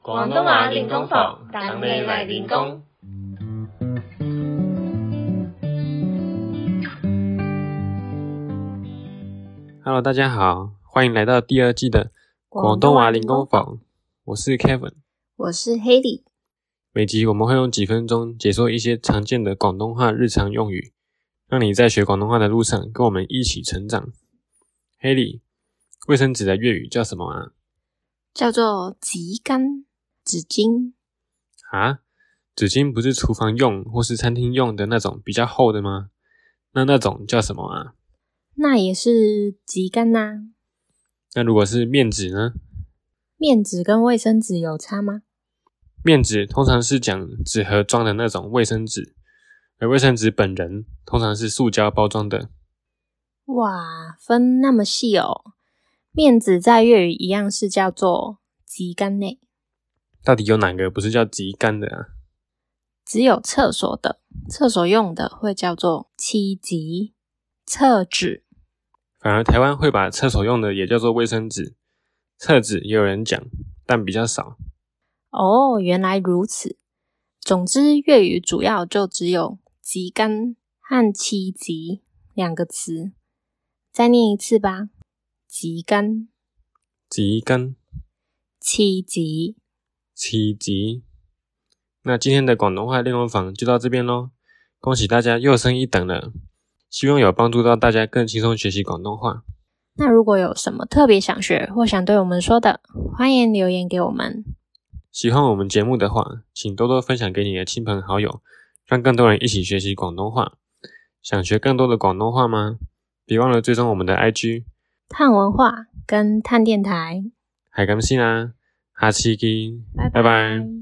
广东话練功房等你嚟練功。 Hello，大家好，欢迎来到第二季的广东话零工坊，我是 Kevin。我是 Haley。每集我们会用几分钟解说一些常见的广东话日常用语，让你在学广东话的路上跟我们一起成长。Haley，卫生纸的粤语叫什么啊？叫做纸巾，纸巾，啊，纸巾不是厨房用或是餐厅用的那种比较厚的吗？那那种叫什么啊？那也是纸巾呐、那如果是面纸呢？面纸跟卫生纸有差吗？面纸通常是讲纸盒装的那种卫生纸，而卫生纸本人通常是塑胶包装的。哇，分那么细哦！面子在粤语一样是叫做纸巾呢，到底有哪个不是叫极干的啊？只有厕所的厕所用的会叫做厕纸，厕纸。反而台湾会把厕所用的也叫做卫生纸，厕纸也有人讲，但比较少。哦，原来如此。总之，粤语主要就只有“吉干”和“七吉”两个词。再念一次吧，“吉干极干”“七吉七级。那今天的广东话练功房就到这边喽，恭喜大家又升一等了，希望有帮助到大家更轻松学习广东话。”。那如果有什么特别想学或想对我们说的，欢迎留言给我们。喜欢我们节目的话，请多多分享给你的亲朋好友，让更多人一起学习广东话。想学更多的广东话吗？别忘了追踪我们的 IG 探文化跟探电啊台，海甘西啦，哈奇基，拜拜拜拜